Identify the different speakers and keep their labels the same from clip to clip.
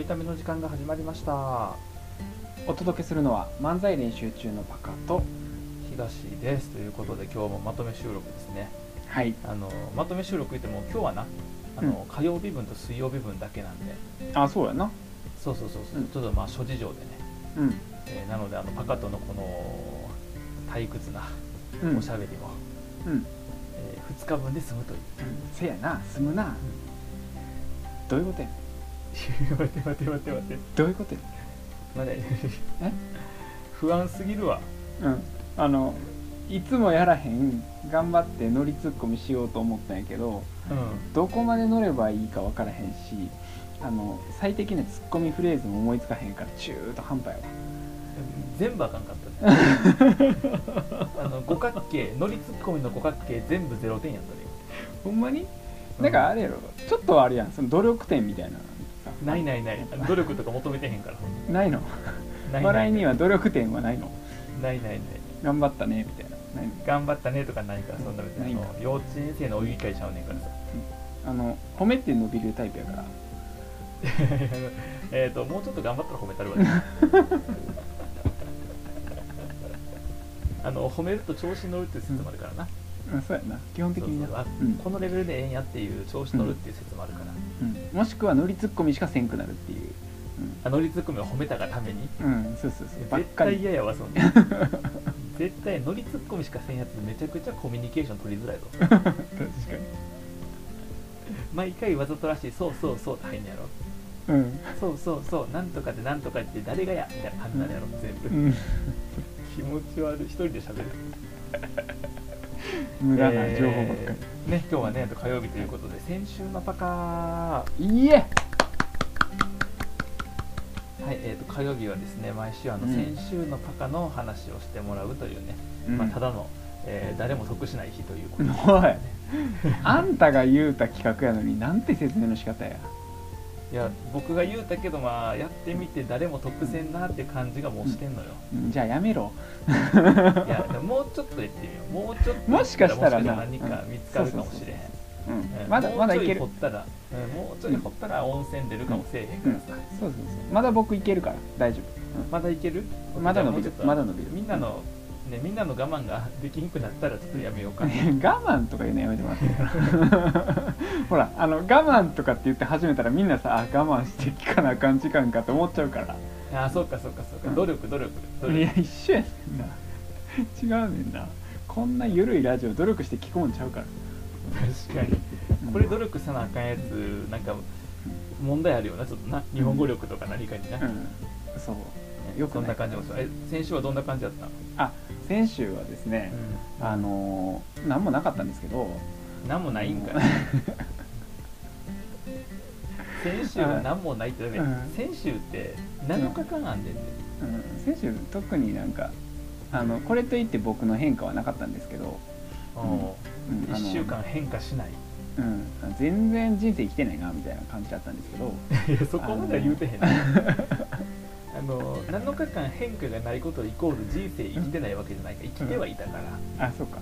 Speaker 1: いための時間が始まりました
Speaker 2: お届けするのは漫才練習中のパカと
Speaker 1: 東ですということで今日もまとめ収録ですね
Speaker 2: はい
Speaker 1: あのまとめ収録言っても今日はなあの、火曜日分と水曜日分だけなんで
Speaker 2: あそうやな
Speaker 1: そうそうそうそう、
Speaker 2: うん
Speaker 1: ちょっとまあ諸事情でね、
Speaker 2: うん
Speaker 1: えーなのであのパカとのこの退屈な
Speaker 2: うん
Speaker 1: おしゃべりも、
Speaker 2: うん、うん、
Speaker 1: え2日分で済む という
Speaker 2: せやな済むなどういうことや
Speaker 1: 待って待って待って待って
Speaker 2: どういうことや
Speaker 1: 待って
Speaker 2: え
Speaker 1: 不安すぎるわ
Speaker 2: うんあのいつもやらへん頑張って乗りツッコミしようと思ったんやけど
Speaker 1: うん
Speaker 2: どこまで乗ればいいか分からへんしあの最適なツッコミフレーズも思いつかへんから中途半端やわ
Speaker 1: 全部あかんかったね あの五角形乗りツッコミの五角形全部0点やったで
Speaker 2: ほんまになんかあれやろちょっとはあるやんその努力点みたいなのさ
Speaker 1: ないないない努力とか求めてへんから
Speaker 2: ないの
Speaker 1: ないな
Speaker 2: 笑
Speaker 1: い
Speaker 2: いに
Speaker 1: ない
Speaker 2: は努力点はないの
Speaker 1: ないない
Speaker 2: 頑張ったねみたいなないの
Speaker 1: 頑張ったねとかないからそんな別にあ
Speaker 2: ない
Speaker 1: の幼稚園生のお湯会ちゃうねんからさ
Speaker 2: あの褒めて伸びるタイプやから
Speaker 1: えっともうちょっと頑張ったら褒めたる わねあの褒めると調子に乗るっていう説もあるからな、
Speaker 2: うんそうやな基本的にな
Speaker 1: そうそうあ
Speaker 2: うん
Speaker 1: このレベルでええんやっていう調子乗るっていう説もあるから、
Speaker 2: うんもしくは乗りツッコミしかせんくなるっていう
Speaker 1: あ乗りツッコミを褒めたがために
Speaker 2: うん、うん、そうそうそうばっ
Speaker 1: 絶
Speaker 2: か
Speaker 1: 対
Speaker 2: り
Speaker 1: 嫌やわそんな 絶対乗りツッコミしかせんやつめちゃくちゃコミュニケーション取りづらいぞ
Speaker 2: 確か
Speaker 1: 毎回わざとらしい「そうそうそう」って入んのやろ
Speaker 2: にうん
Speaker 1: 「そうそうそうなんとかでなんとかって誰がや」みたいな感じになるやろ全部、
Speaker 2: うん
Speaker 1: 気持ち悪い一人で喋る
Speaker 2: 無駄な情報ばっかり、
Speaker 1: えーね今日はね火曜日ということで先週のパカー
Speaker 2: いいえ
Speaker 1: はいえー、と火曜日はですね毎週あの
Speaker 2: うん
Speaker 1: 先週のパカの話をしてもらうというね、まあ、ただの、えー誰も得しない日ということ
Speaker 2: うん
Speaker 1: で
Speaker 2: おいあんたが言うた企画やのになんて説明の仕方や
Speaker 1: いや僕が言うたけどまあやってみて誰も得せんなって感じがもうしてん のよ、
Speaker 2: うんじゃあやめろ
Speaker 1: いやでももうちょっと言ってみようもうちょっと
Speaker 2: もしかしたら
Speaker 1: もし
Speaker 2: な
Speaker 1: 何か見つかるかもしれへん
Speaker 2: うん
Speaker 1: うん
Speaker 2: まだまだいける
Speaker 1: もうちょい掘ったら、うんもうちょい掘ったら温泉出るかもせえへんからさ、
Speaker 2: そうそうそうまだ僕いけるから大丈
Speaker 1: まだいける
Speaker 2: まだ伸びる
Speaker 1: じゃあもうちょっと
Speaker 2: まだ伸びる
Speaker 1: みんなの、ね、みんなの我慢ができにくなったらちょっとやめようか
Speaker 2: 夫 我慢とか言うのやめてもらっていいかな ほらあの我慢とかって言って始めたらみんなさあ我慢していかなあかん時間かと思っちゃうから
Speaker 1: ああそうかそうかそうか努力努力努力
Speaker 2: いや一緒やねんな違うねんなこんな緩いラジオ努力して聞くもんちゃうから
Speaker 1: 確かにこれ努力せなあかんやつなんか問題あるよなちょっとな日本語力とか何かにな、
Speaker 2: うんそうよく
Speaker 1: そ
Speaker 2: な
Speaker 1: ん
Speaker 2: い
Speaker 1: な感じもしえ先週はどんな感じだったの、
Speaker 2: あ先週はですね、あのー何もなかったんですけど
Speaker 1: 何もないん かい先週は何もないってダメ、
Speaker 2: うん
Speaker 1: 先週って7日間あんでんで、
Speaker 2: うん先週特になんかあのこれといって僕の変化はなかったんですけど、うん
Speaker 1: お
Speaker 2: うん
Speaker 1: ー
Speaker 2: あの
Speaker 1: 1週間変化しない
Speaker 2: うん、全然人生生きてないなみたいな感じだったんですけど
Speaker 1: いやそこまでは言うてへんなあの7日間変化がないことイコール人生生きてないわけじゃないから生きてはいたから、
Speaker 2: あそうか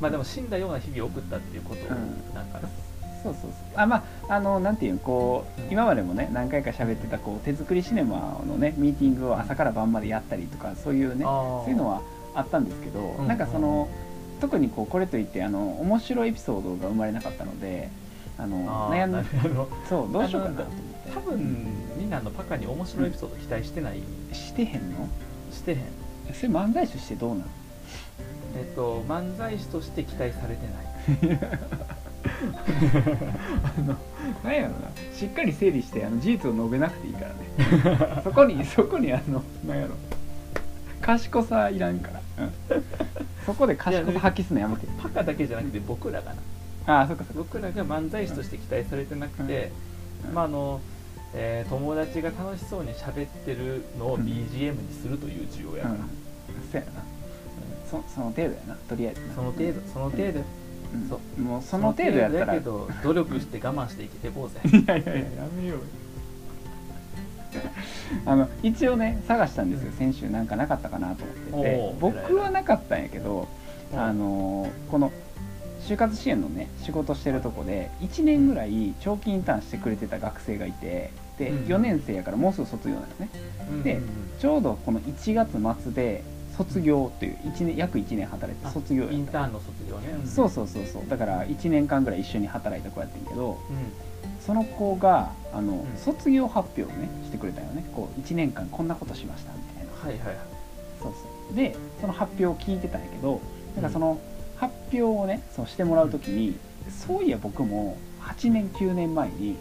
Speaker 1: まあでも死んだような日々を送ったっていうことを
Speaker 2: うん
Speaker 1: なんかな、
Speaker 2: そうそうそうあまああのなんていうのこう今までもね何回か喋ってたこう手作りシネマのねミーティングを朝から晩までやったりとかそういうね
Speaker 1: あー
Speaker 2: そういうのはあったんですけど、
Speaker 1: うん
Speaker 2: なんかその特にこうこれといってあの面白いエピソードが生まれなかったのであの
Speaker 1: あー
Speaker 2: 悩ん
Speaker 1: な
Speaker 2: で
Speaker 1: るほど
Speaker 2: そうどうしようかなと思
Speaker 1: 多分みんなあのパカに面白いエピソード期待してない
Speaker 2: ってしてへんの
Speaker 1: してへん
Speaker 2: それ漫才師としてどうなん
Speaker 1: えっと漫才師として期待されてない
Speaker 2: なんやろなしっかり整理してあの事実を述べなくていいからね そこにそこにあのなんやろ賢さいらんから、うん、そこで賢さ発揮するのやめて
Speaker 1: パカだけじゃなくて僕らがな
Speaker 2: ああそっかそっか
Speaker 1: 僕らが漫才師として期待されてなくて、
Speaker 2: うん
Speaker 1: まああのえー友達が楽しそうに喋ってるのを
Speaker 2: うん
Speaker 1: BGM にするという需要や
Speaker 2: う
Speaker 1: か
Speaker 2: ん
Speaker 1: ら、
Speaker 2: そうやなそその程度やなとりあえずな
Speaker 1: その程度その程度、
Speaker 2: うん
Speaker 1: そ
Speaker 2: もうその程度やったら
Speaker 1: けど努力して我慢して生きていこうぜ
Speaker 2: いやいやいややめようよあの一応ね探したんですよ
Speaker 1: うん
Speaker 2: 先週なんかなかったかなと思
Speaker 1: お
Speaker 2: って
Speaker 1: ー
Speaker 2: て
Speaker 1: 偉い
Speaker 2: 僕
Speaker 1: 偉い
Speaker 2: はなかったんやけど、
Speaker 1: うん
Speaker 2: あのーこの就活支援のね仕事してるとこで1年ぐらい長期インターンしてくれてた学生がいて、て
Speaker 1: うん
Speaker 2: 4年生やからもうすぐ卒業なのねで
Speaker 1: うんうん
Speaker 2: ちょうどこの1月末で卒業という1年約1年働いて
Speaker 1: あ
Speaker 2: 卒業や
Speaker 1: イン
Speaker 2: った
Speaker 1: ターンの卒業ね、ん
Speaker 2: そうそうそうそうだから1年間ぐらい一緒に働いた子やってんけど
Speaker 1: うん、
Speaker 2: その子があの、
Speaker 1: ん
Speaker 2: 卒業発表をねしてくれたよねこう1年間こんなことしましたみたいな
Speaker 1: はいはいはい
Speaker 2: そうそうでその発表を聞いてたんやけどなんかその発表をねそうしてもらう時に、そういや僕も8年9年前に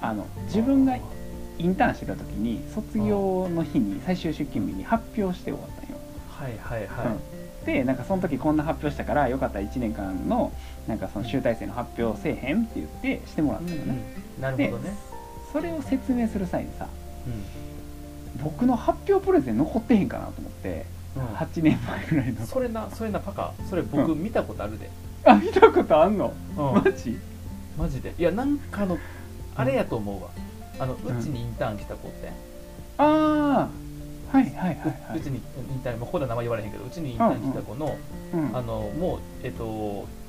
Speaker 2: あの自分がインターンしてた時に卒業の日に最終出勤日に発表して終わったんよ
Speaker 1: はいはいはい、
Speaker 2: うんでなんかその時こんな発表したからよかったら1年間のなんかその集大成の発表せえへんって言ってしてもらったのね、
Speaker 1: なるほどね、
Speaker 2: それを説明する際にさ
Speaker 1: う
Speaker 2: 僕の発表プレゼン残ってへんかなと思って
Speaker 1: んうん
Speaker 2: 8年前ぐらいの
Speaker 1: それなそれなパカそれ僕見たことあるで、
Speaker 2: あ見たことあんの
Speaker 1: うん
Speaker 2: マジ
Speaker 1: マジでいやなんかのあれやと思うわあのうちにインターン来た子って、
Speaker 2: ああはいはいうはいは
Speaker 1: う
Speaker 2: い
Speaker 1: ちにインターンもうここでは名前言われへんけどうちにインターン来た子の、
Speaker 2: うん
Speaker 1: あのもうえっと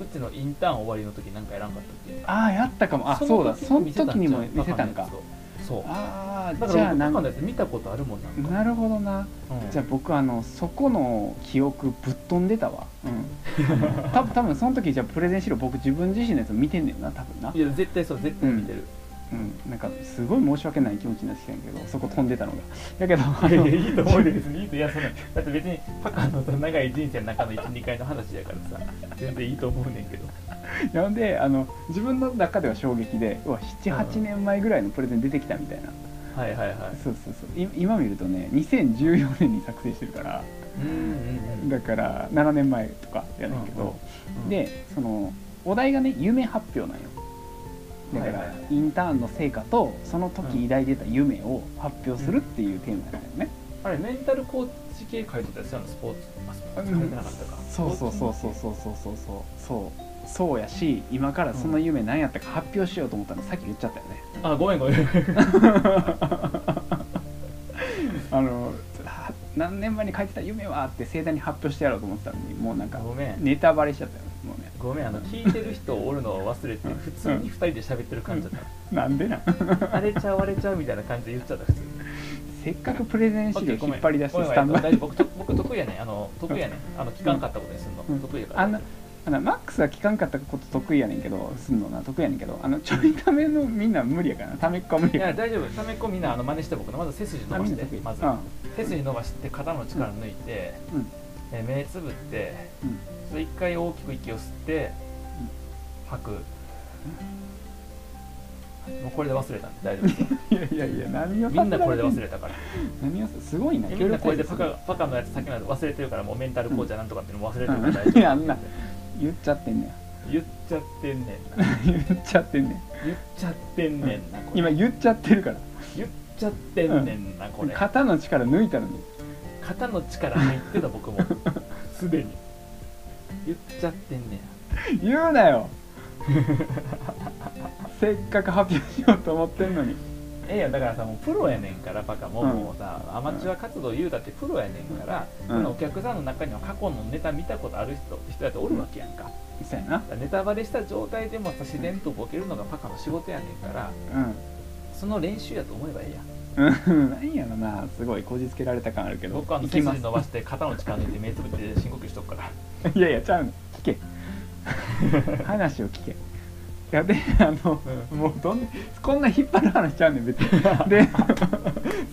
Speaker 1: うちのインターン終わりの時なんかやらんかったっけ
Speaker 2: ああやったかもあそうだその時にも見せたんか
Speaker 1: そう
Speaker 2: ああ
Speaker 1: だか
Speaker 2: じゃ
Speaker 1: ら
Speaker 2: あ
Speaker 1: 僕
Speaker 2: な
Speaker 1: パ
Speaker 2: ん
Speaker 1: カの
Speaker 2: か
Speaker 1: やつ見たことあるもんなんか
Speaker 2: なるほどな
Speaker 1: うん
Speaker 2: じゃあ僕あのそこの記憶ぶっ飛んでたわ
Speaker 1: 、
Speaker 2: うんた多分その時じゃあプレゼン資料僕自分自身のやつ見てんねんな多分ない
Speaker 1: や絶対そう絶対見てる、
Speaker 2: うん、なんかすごい申し訳ない気持ちになってきたんやけどそこ飛んでたのがだけどあ
Speaker 1: いや
Speaker 2: の
Speaker 1: いやいいと思うで 別にいいといやそんなだって別にパカの長い人生の中の12回の話やからさ全然いいと思うねんけど
Speaker 2: なんであの自分の中では衝撃でうわ78年前ぐらいのプレゼン出てきたみたいな、
Speaker 1: はいはいはい
Speaker 2: そうそうそうい今見るとね2014年に作成してるから
Speaker 1: うんうん
Speaker 2: だから7年前とかやねんけど、
Speaker 1: うん
Speaker 2: でそのお題がね夢発表なんよだから、
Speaker 1: はいはいはい
Speaker 2: インターンの成果とその時抱いてた夢を発表するっていうテーマなんだよね、
Speaker 1: あれメンタルコーチ系書いてたやつやのスポーツあスポーツ書いてなかったか
Speaker 2: そうそうそうそうそうそうそうそうそうそうやし今からその夢何やったか発表しようと思ったのさっき言っちゃったよね
Speaker 1: あごめんごめん
Speaker 2: あのは何年前に書いてた夢はって盛大に発表してやろうと思ってたのにもうなんか
Speaker 1: ごめん
Speaker 2: ネタバレしちゃったよねもうね
Speaker 1: ごめんあの聞いてる人をおるのを忘れて普通に2人で喋ってる感じだっ
Speaker 2: なんでなん
Speaker 1: たあれちゃうあれちゃうみたいな感じで言っちゃった普通に
Speaker 2: せっかくプレゼン資料
Speaker 1: OK ご
Speaker 2: 引
Speaker 1: めん
Speaker 2: っ張り出し
Speaker 1: ご
Speaker 2: て
Speaker 1: めん
Speaker 2: ス
Speaker 1: ごめ
Speaker 2: タ
Speaker 1: ん
Speaker 2: ンバ
Speaker 1: 大
Speaker 2: イ
Speaker 1: 丈夫僕と僕得意やねんあの得意やねんあの聞かんかったことにすんの、
Speaker 2: うん
Speaker 1: 得意やから
Speaker 2: あのあのマックスは聞かんかったこと得意やねんけどすんのな得意やねんけどあのちょいためのみんな無理やからなためっこは無
Speaker 1: い
Speaker 2: 理や
Speaker 1: や
Speaker 2: か
Speaker 1: 大丈夫ためっこみんなあの真似して僕のまず背筋
Speaker 2: ら
Speaker 1: 伸
Speaker 2: あ
Speaker 1: ば
Speaker 2: み
Speaker 1: し
Speaker 2: んな得
Speaker 1: て
Speaker 2: 意
Speaker 1: まず
Speaker 2: うん
Speaker 1: 背筋伸ばして肩の力抜いて、
Speaker 2: うん
Speaker 1: え目つぶって
Speaker 2: うん
Speaker 1: それ一回大きく息を吸って吐く、もうこれで忘れたんで大丈夫 ですよ
Speaker 2: いやいやいや何を
Speaker 1: みんなこれで忘
Speaker 2: れ
Speaker 1: れたから
Speaker 2: 何をさすごいな
Speaker 1: みんなこれでパ
Speaker 2: 協
Speaker 1: カ
Speaker 2: 力
Speaker 1: パカのやつ先のやつ忘れてるからもうメンタルコーチャーなんとかっていうのも忘れてるから大
Speaker 2: うんい
Speaker 1: 丈
Speaker 2: やあ
Speaker 1: 夫、
Speaker 2: んな言っちゃってんねん
Speaker 1: 言っちゃってんねんな
Speaker 2: 言っちゃってんねん
Speaker 1: 言っちゃってんねんなこれ
Speaker 2: 今言っちゃってるから
Speaker 1: 言っちゃってんねんなこれ
Speaker 2: 肩の力抜いたのに
Speaker 1: 肩の力入ってた 僕もすでに言っちゃってんね
Speaker 2: 言う なよせっかく発表しようと思ってんのに
Speaker 1: やええやんだからさもうプロやねんからバカも、
Speaker 2: うん
Speaker 1: もうさアマチュア活動言うたってプロやねんから、
Speaker 2: ん
Speaker 1: そのお客さんの中には過去のネタ見たことある人人だっておるわけやんかだか
Speaker 2: そうやな
Speaker 1: らネタバレした状態でもさ自然とボケるのがバカの仕事やねんからその練習やと思えばええやん
Speaker 2: うん うん何やろなすごいこじつけられた感あるけど
Speaker 1: 僕はあの
Speaker 2: 行
Speaker 1: 背
Speaker 2: きま
Speaker 1: 筋
Speaker 2: す
Speaker 1: 伸ばして肩の力抜いて目つぶって深呼吸しとく から
Speaker 2: いやいやちゃうの聞 け話を聞けいやであの、もうどんこんな引っ張る話ちゃうねん別に で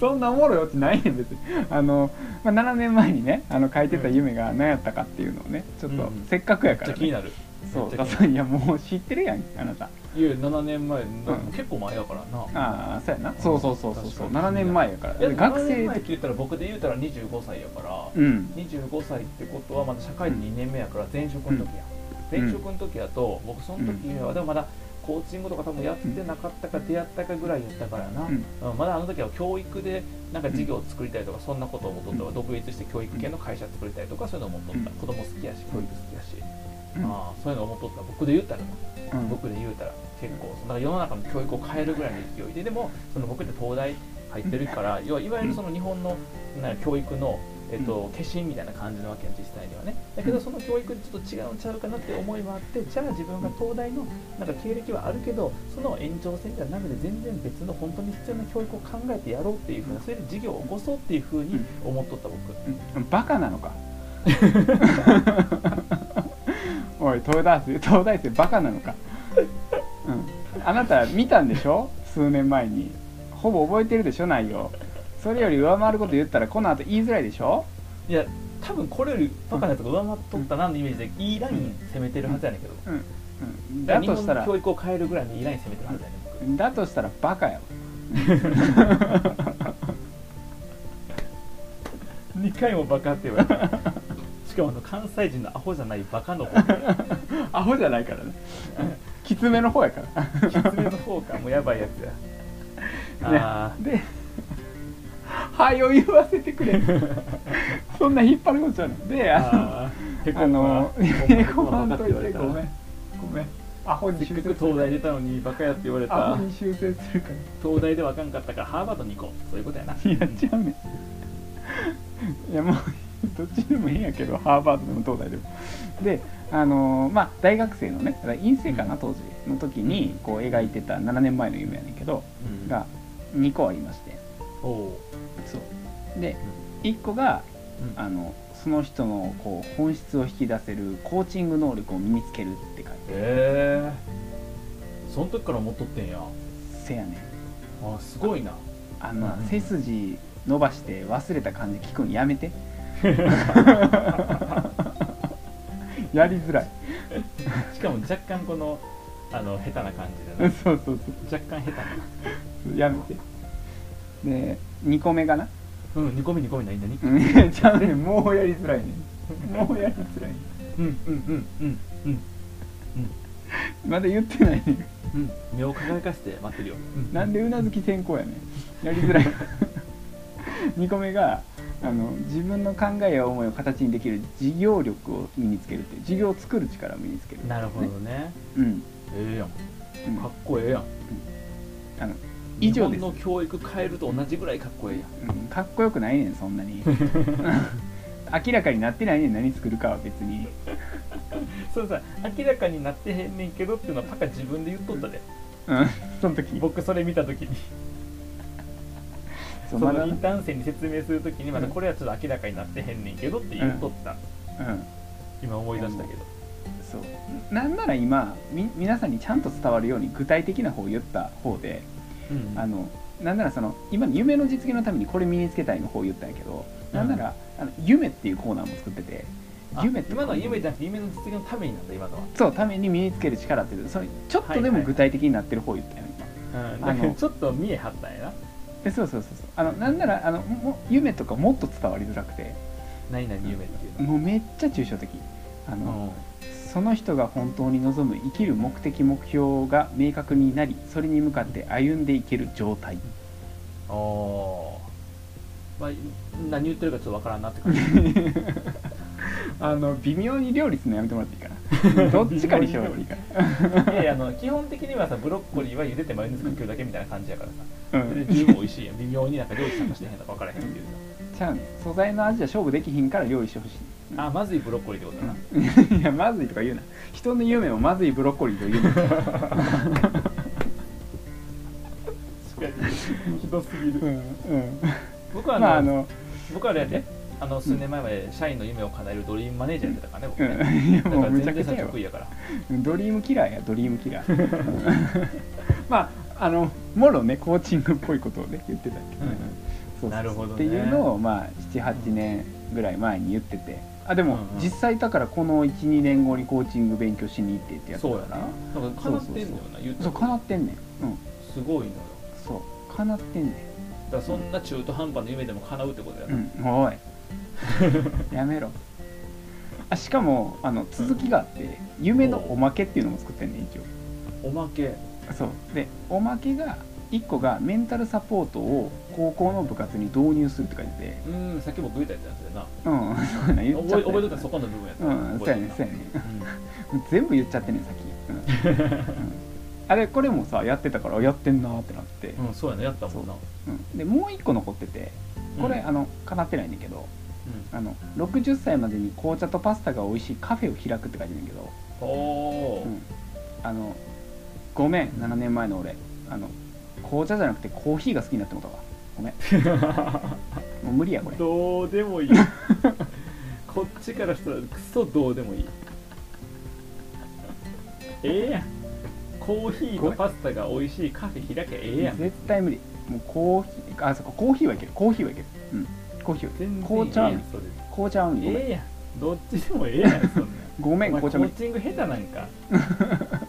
Speaker 2: そんなおもろいオチないねん別にあの、まあ、7年前にねあの書いてた夢が何やったかっていうのをねちょっと、
Speaker 1: うん
Speaker 2: せっかくやか
Speaker 1: じゃ
Speaker 2: ら、
Speaker 1: あ気に
Speaker 2: ね、
Speaker 1: なる
Speaker 2: そう
Speaker 1: めっちゃ気になる
Speaker 2: そういやもう知ってるやんあなた
Speaker 1: いや7年前、
Speaker 2: ん
Speaker 1: 結構前やからな
Speaker 2: ああそうやなそうそうそうそうそう
Speaker 1: 確かに
Speaker 2: 7年前やから
Speaker 1: いや
Speaker 2: 学
Speaker 1: 7年
Speaker 2: 生
Speaker 1: 前って言ったら僕で言うたら25歳やから、
Speaker 2: うん
Speaker 1: 25歳ってことはまだ社会人2年目やから前職の時や、
Speaker 2: うん
Speaker 1: 前職の時やと僕その時は、でもまだコーチングとか多分やってなかったか出会ったかぐらいやったからな、
Speaker 2: うん
Speaker 1: うんまだあの時は教育でなんか事業を作りたいとかそんなことを思っとったわ、
Speaker 2: うん
Speaker 1: 独立して教育系の会社作りたいとかそういうのを思っとった、
Speaker 2: うん
Speaker 1: 子供好きやし教育好きやし、
Speaker 2: うん
Speaker 1: ああそういうの思っとった僕で言うたらな
Speaker 2: うん
Speaker 1: 僕で言うたら結構その世の中の教育を変えるぐらいの勢いででもその僕って東大入ってるから要はいわゆるその日本のなんや教育のえっと、化身みたいな感じなわけよ実際にはねだけどその教育にちょっと違うんちゃうかなって思いはあってじゃあ自分が東大のなんか経歴はあるけどその延長線ではなくて全然別の本当に必要な教育を考えてやろうっていうふうなそれで授業を起こそうっていうふうに思っとった僕
Speaker 2: うんバカなのか おい東大生東大生バカなのか、うん、あなた見たんでしょ数年前にほぼ覚えてるでしょ内容それより上回ること言ったらこの後言いづらいでしょ
Speaker 1: いや多分これよりバカなやつが上回っとったなのイメージでいいライン攻めてるはずやねんけど
Speaker 2: うん、うん、だとした
Speaker 1: 日
Speaker 2: ら
Speaker 1: 本の教育を変えるぐらいのいいライン攻めてるはずやねん僕
Speaker 2: だとしたらバカやわ
Speaker 1: 2回もバカって言わ れたしかもあの関西人のアホじゃないバカの方で
Speaker 2: アホじゃないからねきつめの方やか
Speaker 1: キ
Speaker 2: ら
Speaker 1: ツネの方かもうやばいやつや
Speaker 2: ね
Speaker 1: あ
Speaker 2: で「はよ言わせてく れ」そんな引っ張ることじゃないで
Speaker 1: ー
Speaker 2: あの
Speaker 1: あーへこ
Speaker 2: あ
Speaker 1: むわほんまに
Speaker 2: の、へこまん
Speaker 1: バカ
Speaker 2: と
Speaker 1: っ
Speaker 2: い
Speaker 1: て言わ
Speaker 2: て
Speaker 1: れた
Speaker 2: ご めん。ごめん。アホに
Speaker 1: せ
Speaker 2: 修
Speaker 1: っか
Speaker 2: 正
Speaker 1: く東大出たのにバカやって言われ
Speaker 2: ア
Speaker 1: た
Speaker 2: ホに修正するか
Speaker 1: 東大ではあかんかったからハーバードに行こうそういうことやな
Speaker 2: ら。いや、違うねん。いや、もう、どっちでもいいんやけど、ハーバードでも東大でも。で、あのまあ、大学生のね、だから院生かな、当時の時に、こう描いてた7年前の夢やねんけど、
Speaker 1: うん
Speaker 2: が2個ありまして。
Speaker 1: おお
Speaker 2: そう。で、1個が、
Speaker 1: うん
Speaker 2: あの、その人のこう本質を引き出せるコーチング能力を身につけるって書いて
Speaker 1: へえその時から持っとってんや
Speaker 2: せやねん
Speaker 1: あすごいな
Speaker 2: あのな、
Speaker 1: うん
Speaker 2: 背筋伸ばして忘れた感じ聞くんやめて やりづらい
Speaker 1: しかも若干このあの下手な感じでな
Speaker 2: そうそう
Speaker 1: 若干下手な
Speaker 2: そうやめてで2個目かな
Speaker 1: うん2個目2個目ないんだに
Speaker 2: うんいや ちゃうねんもうやりづらいねんもうやりづらいね
Speaker 1: うんうんうんうんうん
Speaker 2: んまだ言ってないねん
Speaker 1: うん目を輝かせて待ってるよ、
Speaker 2: なんでうなずき先行やねんやりづらい2個目があの自分の考えや思いを形にできる事業力を身につけるっていう事業を作る力を身につける
Speaker 1: なるほどね
Speaker 2: うん、
Speaker 1: ええやん
Speaker 2: うん
Speaker 1: かっこええやん
Speaker 2: あの以上です
Speaker 1: 日本の教育変えると同じぐらいかっこええやん
Speaker 2: うんかっこよくないねんそんなに明らかになってないねん何作るかは別に
Speaker 1: そうさ明らかになってへんねんけどっていうのはパカ自分で言っとったで
Speaker 2: うんその時
Speaker 1: 僕それ見た時にそう
Speaker 2: そまだ
Speaker 1: の
Speaker 2: う
Speaker 1: イン
Speaker 2: ん
Speaker 1: ターン生に説明する時にまだこれはちょっと明らかになってへんねんけどって言っとった、今思い出したけど
Speaker 2: そうなんなら今み皆さんにちゃんと伝わるように具体的な方を言った方で
Speaker 1: うん
Speaker 2: あのなんならその今の夢の実現のためにこれ身につけたいの方を言ったんやけどなんなら、あの夢っていうコーナーも作ってて
Speaker 1: あ
Speaker 2: 夢って
Speaker 1: 今のは夢じゃなくて夢の実現のためになんだ今のは
Speaker 2: そうために身につける力っていうそれちょっとでも具体的になってる方を言ったよ、ね今
Speaker 1: うん、
Speaker 2: あ
Speaker 1: だから
Speaker 2: の
Speaker 1: ちょっと見え張ったんやな
Speaker 2: えそうそうそうそうあのなんならあのも夢とかもっと伝わりづらくて
Speaker 1: 何々夢っていう
Speaker 2: もうめっちゃ抽象的あの、
Speaker 1: の、
Speaker 2: その人が本当に望む生きる目的目標が明確になりそれに向かって歩んでいける状態
Speaker 1: うん、おーまあ、何言ってるかちょっとわからんなって感 じ
Speaker 2: あの微妙に料理するのやめてもらっていいかな どっちかにしてもらっていいか
Speaker 1: いやいやあの基本的にはさブロッコリーは茹でてマヨネーズかけるだけみたいな感じやからさ
Speaker 2: な、う
Speaker 1: それ
Speaker 2: ん
Speaker 1: で、十分美味しいやん微妙になんか料理さんかしてへんのか分からへんっていう
Speaker 2: ちゃうね素材の味は勝負できひんから料理してほし
Speaker 1: さあまずいブロッコリーってことだない
Speaker 2: いやまずいとか言うな人の夢をまずいブロッコリーと言うな、
Speaker 1: 確かにひどすぎ
Speaker 2: うんうん、
Speaker 1: 僕はあの,、
Speaker 2: まああの
Speaker 1: 僕はあれやであの数年前まで社員の夢を叶えるドリームマネージャーやってたからね僕
Speaker 2: う
Speaker 1: ね、
Speaker 2: んいや
Speaker 1: だ
Speaker 2: も
Speaker 1: から
Speaker 2: うめちゃ
Speaker 1: 全
Speaker 2: く
Speaker 1: 然
Speaker 2: ち
Speaker 1: そ
Speaker 2: ゃ
Speaker 1: れ
Speaker 2: やわ
Speaker 1: 得意やから
Speaker 2: ドリームキラーやドリームキラー まああのもろねコーチングっぽいことをね言ってたけど、ねそうそうそう
Speaker 1: なるほど
Speaker 2: っ
Speaker 1: ね
Speaker 2: ていうのをまあ78年ぐらい前に言っててあでも、
Speaker 1: うんうん
Speaker 2: 実際だからこの12年後にコーチング勉強しに行ってってやつ
Speaker 1: そう
Speaker 2: だ
Speaker 1: や
Speaker 2: か
Speaker 1: な
Speaker 2: ら
Speaker 1: なんか叶ってんのよな言う
Speaker 2: そう
Speaker 1: と
Speaker 2: かなってんねんうん
Speaker 1: すごいのよ
Speaker 2: そうかなってんねん
Speaker 1: だからそんな中途半端な夢でも叶うってことやな、
Speaker 2: うん、おいやめろあしかもあの続きがあって夢のおまけっていうのも作ってんねん一応
Speaker 1: おまけ
Speaker 2: そうでおまけが1個がメンタルサポートを高校の部活に導入するって書いてて
Speaker 1: うんさっき僕言ったやつなんですよな
Speaker 2: うん そうやな言っち
Speaker 1: 覚
Speaker 2: ゃっ
Speaker 1: え
Speaker 2: た
Speaker 1: 覚えとったらそこの部分やった
Speaker 2: うんそうやねそうやね全部言っちゃってんねんさっき、うんうんあれこれもさやってたからやってんなーってなって、
Speaker 1: うん、うん、そうやねやったもんな
Speaker 2: うんでもう1個残っててこれ、
Speaker 1: うん
Speaker 2: あのかなってないんだけどあの60歳までに紅茶とパスタが美味しいカフェを開くって書いてるんだけど、
Speaker 1: うん、おー
Speaker 2: うんあのごめん7年前の俺あの紅茶じゃなくてコーヒーが好きになってもうたわごめん もう無理やこれ
Speaker 1: どうでも いいこっちからしたらクソどうでもいいええやんコーヒーとパスタが美味しいカフェ開けええやん
Speaker 2: 絶対無理もうコーヒーあそこコーヒーはいけるコーヒーはいけるうんコーヒーはいける
Speaker 1: 全然
Speaker 2: 紅茶
Speaker 1: ええやんそれ
Speaker 2: 紅茶は無理ごめん
Speaker 1: ええやんどっちでもええやんそんなん
Speaker 2: ごめ
Speaker 1: お
Speaker 2: ん
Speaker 1: 前コ
Speaker 2: 紅茶無
Speaker 1: ー
Speaker 2: 理
Speaker 1: チング下手なん か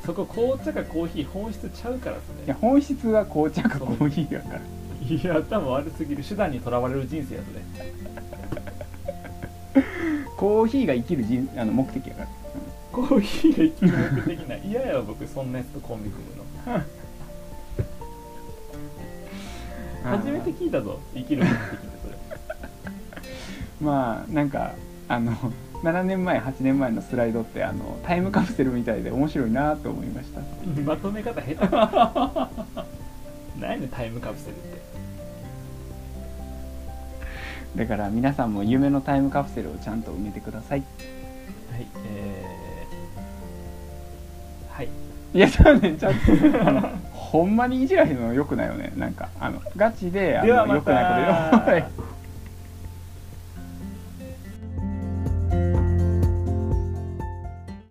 Speaker 1: そこ紅茶かコーヒー本質ちゃうから
Speaker 2: いや本質は紅茶かコーヒーやから
Speaker 1: それいや頭悪すぎる手段にとらわれる人生やそれ
Speaker 2: コーヒーが生きる人あの目的やから
Speaker 1: コーヒーが一番目的な嫌やわ僕そんなやつとコンビ組むの 初めて聞いたぞ生きる目的ってそれ
Speaker 2: まあなんかあの7年 前8年前のスライドってあのタイムカプセルみたいで面白いなと思いました
Speaker 1: まとめ方下手 何やねんタイムカプセルって
Speaker 2: だから皆さんも夢のタイムカプセルをちゃんと埋めてください
Speaker 1: はいえー、はい
Speaker 2: いやそうねちゃん とあのほんまにいじらへんのよくないよねなんかあのガチであの
Speaker 1: ではまた
Speaker 2: よくないこと